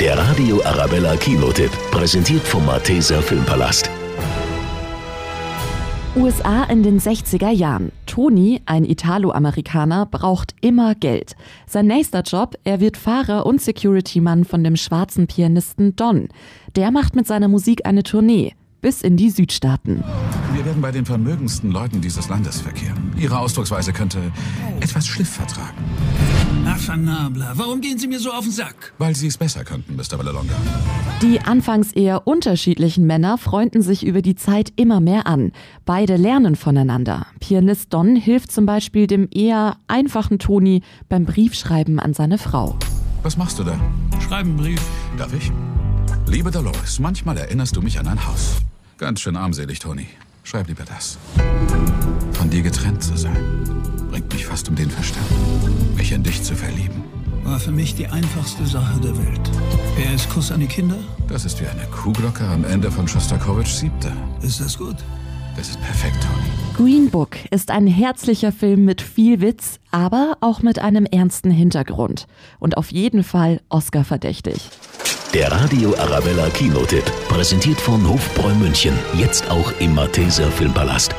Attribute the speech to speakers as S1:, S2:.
S1: Der Radio Arabella Kinotipp, präsentiert vom Malteser Filmpalast.
S2: USA in den 60er Jahren. Tony, ein Italo-Amerikaner, braucht immer Geld. Sein nächster Job, er wird Fahrer und Security-Mann von dem schwarzen Pianisten Don. Der macht mit seiner Musik eine Tournee bis in die Südstaaten.
S3: Wir werden bei den vermögendsten Leuten dieses Landes verkehren. Ihre Ausdrucksweise könnte etwas Schliff vertragen.
S4: Affernabler, warum gehen Sie mir so auf den Sack?
S3: Weil Sie es besser könnten, Mr. Vallelonga.
S2: Die anfangs eher unterschiedlichen Männer freunden sich über die Zeit immer mehr an. Beide lernen voneinander. Pianist Don hilft zum Beispiel dem eher einfachen Toni beim Briefschreiben an seine Frau.
S3: Was machst du da?
S4: Schreiben Brief.
S3: Darf ich? Liebe Dolores, manchmal erinnerst du mich an ein Haus. Ganz schön armselig, Tony. Schreib lieber das. Von dir getrennt zu sein, bringt mich fast um den Verstand. Mich in dich zu verlieben,
S4: War für mich die einfachste Sache der Welt. Er ist Kuss an die Kinder?
S3: das ist wie eine Kuhglocke am Ende von Schostakowitschs Siebter.
S4: Ist das gut?
S3: Das ist perfekt, Tony.
S2: Green Book ist ein herzlicher Film mit viel Witz, aber auch mit einem ernsten Hintergrund. Und auf jeden Fall Oscar-verdächtig.
S1: Der Radio Arabella Kinotipp, präsentiert von Hofbräu München, jetzt auch im Malteser Filmpalast.